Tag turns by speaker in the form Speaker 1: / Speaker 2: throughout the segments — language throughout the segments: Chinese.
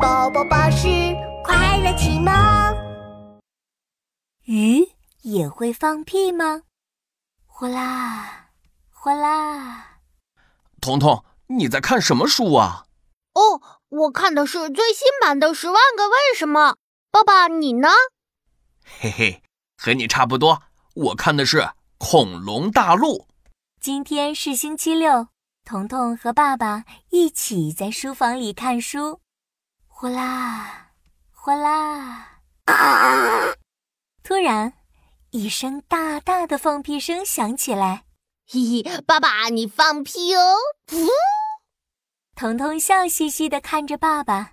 Speaker 1: 宝宝巴士快乐启蒙。
Speaker 2: 鱼也会放屁吗？哗啦，哗啦！
Speaker 3: 彤彤，你在看什么书啊？
Speaker 4: 哦，我看的是最新版的《十万个为什么》。爸爸，你呢？
Speaker 3: 嘿嘿，和你差不多。我看的是《恐龙大陆》。
Speaker 2: 今天是星期六，彤彤和爸爸一起在书房里看书。哗啦，哗啦！啊、突然，一声大大的放屁声响起来。
Speaker 4: 嘿嘿，爸爸，你放屁哦！噗。
Speaker 2: 彤彤笑嘻嘻的看着爸爸。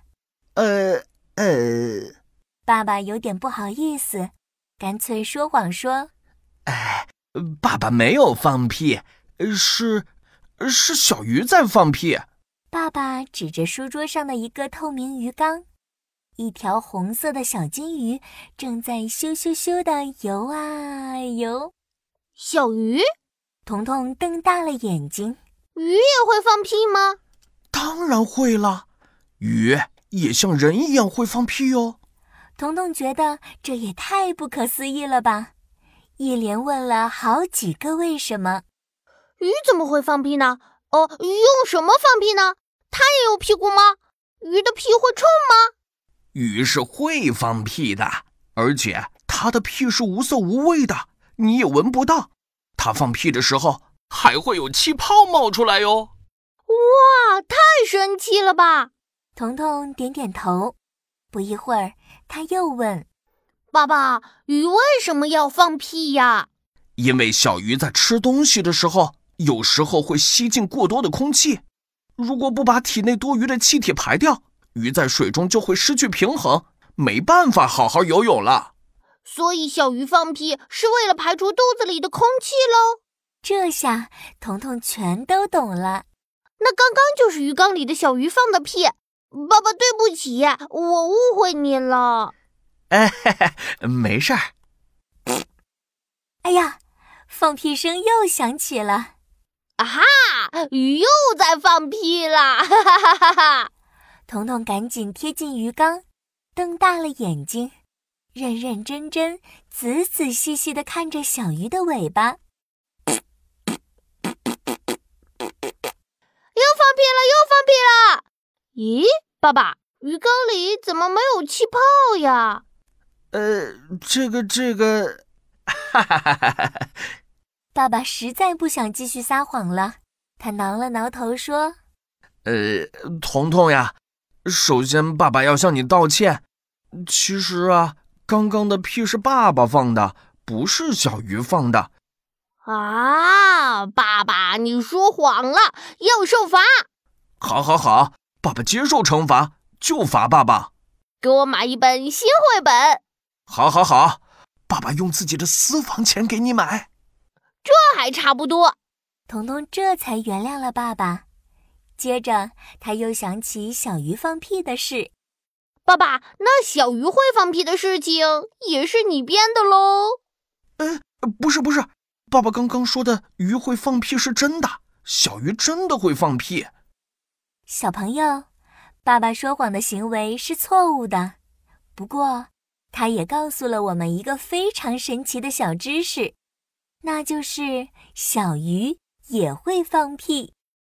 Speaker 5: 呃呃。
Speaker 2: 爸爸有点不好意思，干脆说谎说：“
Speaker 3: 哎，爸爸没有放屁，是是小鱼在放屁。”
Speaker 2: 爸爸指着书桌上的一个透明鱼缸，一条红色的小金鱼正在咻咻咻的游啊游。
Speaker 4: 小鱼，
Speaker 2: 彤彤瞪大了眼睛：“
Speaker 4: 鱼也会放屁吗？”“
Speaker 3: 当然会啦，鱼也像人一样会放屁哦。”
Speaker 2: 彤彤觉得这也太不可思议了吧！一连问了好几个为什么。
Speaker 4: 鱼怎么会放屁呢？哦，鱼用什么放屁呢？它也有屁股吗？鱼的屁会臭吗？
Speaker 3: 鱼是会放屁的，而且它的屁是无色无味的，你也闻不到。它放屁的时候还会有气泡冒出来哟、哦。
Speaker 4: 哇，啊太神奇了吧！
Speaker 2: 彤彤点点头。不一会儿，他又问：“
Speaker 4: 爸爸，鱼为什么要放屁呀？”
Speaker 3: 因为小鱼在吃东西的时候，有时候会吸进过多的空气，如果不把体内多余的气体排掉，鱼在水中就会失去平衡，没办法好好游泳了。
Speaker 4: 所以，小鱼放屁是为了排除肚子里的空气喽。
Speaker 2: 这下，彤彤全都懂了。
Speaker 4: 那刚刚就是鱼缸里的小鱼放的屁。爸爸，对不起，我误会你了。
Speaker 3: 哎，没事儿。
Speaker 2: 哎呀，放屁声又响起了！
Speaker 4: 啊哈，鱼又在放屁啦！哈哈哈哈哈！
Speaker 2: 彤彤赶紧贴近鱼缸，瞪大了眼睛，认认真真、仔仔细细的看着小鱼的尾巴。
Speaker 4: 又放屁了！又放屁了！咦，爸爸，鱼缸里怎么没有气泡呀？
Speaker 5: 呃，这个这个，
Speaker 3: 哈哈哈哈哈！
Speaker 2: 爸爸实在不想继续撒谎了，他挠了挠头说：“
Speaker 3: 呃，彤彤呀，首先爸爸要向你道歉。其实啊，刚刚的屁是爸爸放的，不是小鱼放的。”
Speaker 4: 啊，爸爸，你说谎了，要受罚。
Speaker 3: 好，好，好。爸爸接受惩罚，就罚爸爸。
Speaker 4: 给我买一本新绘本。
Speaker 3: 好，好，好，爸爸用自己的私房钱给你买。
Speaker 4: 这还差不多。
Speaker 2: 彤彤这才原谅了爸爸。接着，他又想起小鱼放屁的事。
Speaker 4: 爸爸，那小鱼会放屁的事情也是你编的喽？
Speaker 3: 呃，不是，不是，爸爸刚刚说的鱼会放屁是真的，小鱼真的会放屁。
Speaker 2: 小朋友，爸爸说谎的行为是错误的。不过，他也告诉了我们一个非常神奇的小知识，那就是小鱼也会放屁。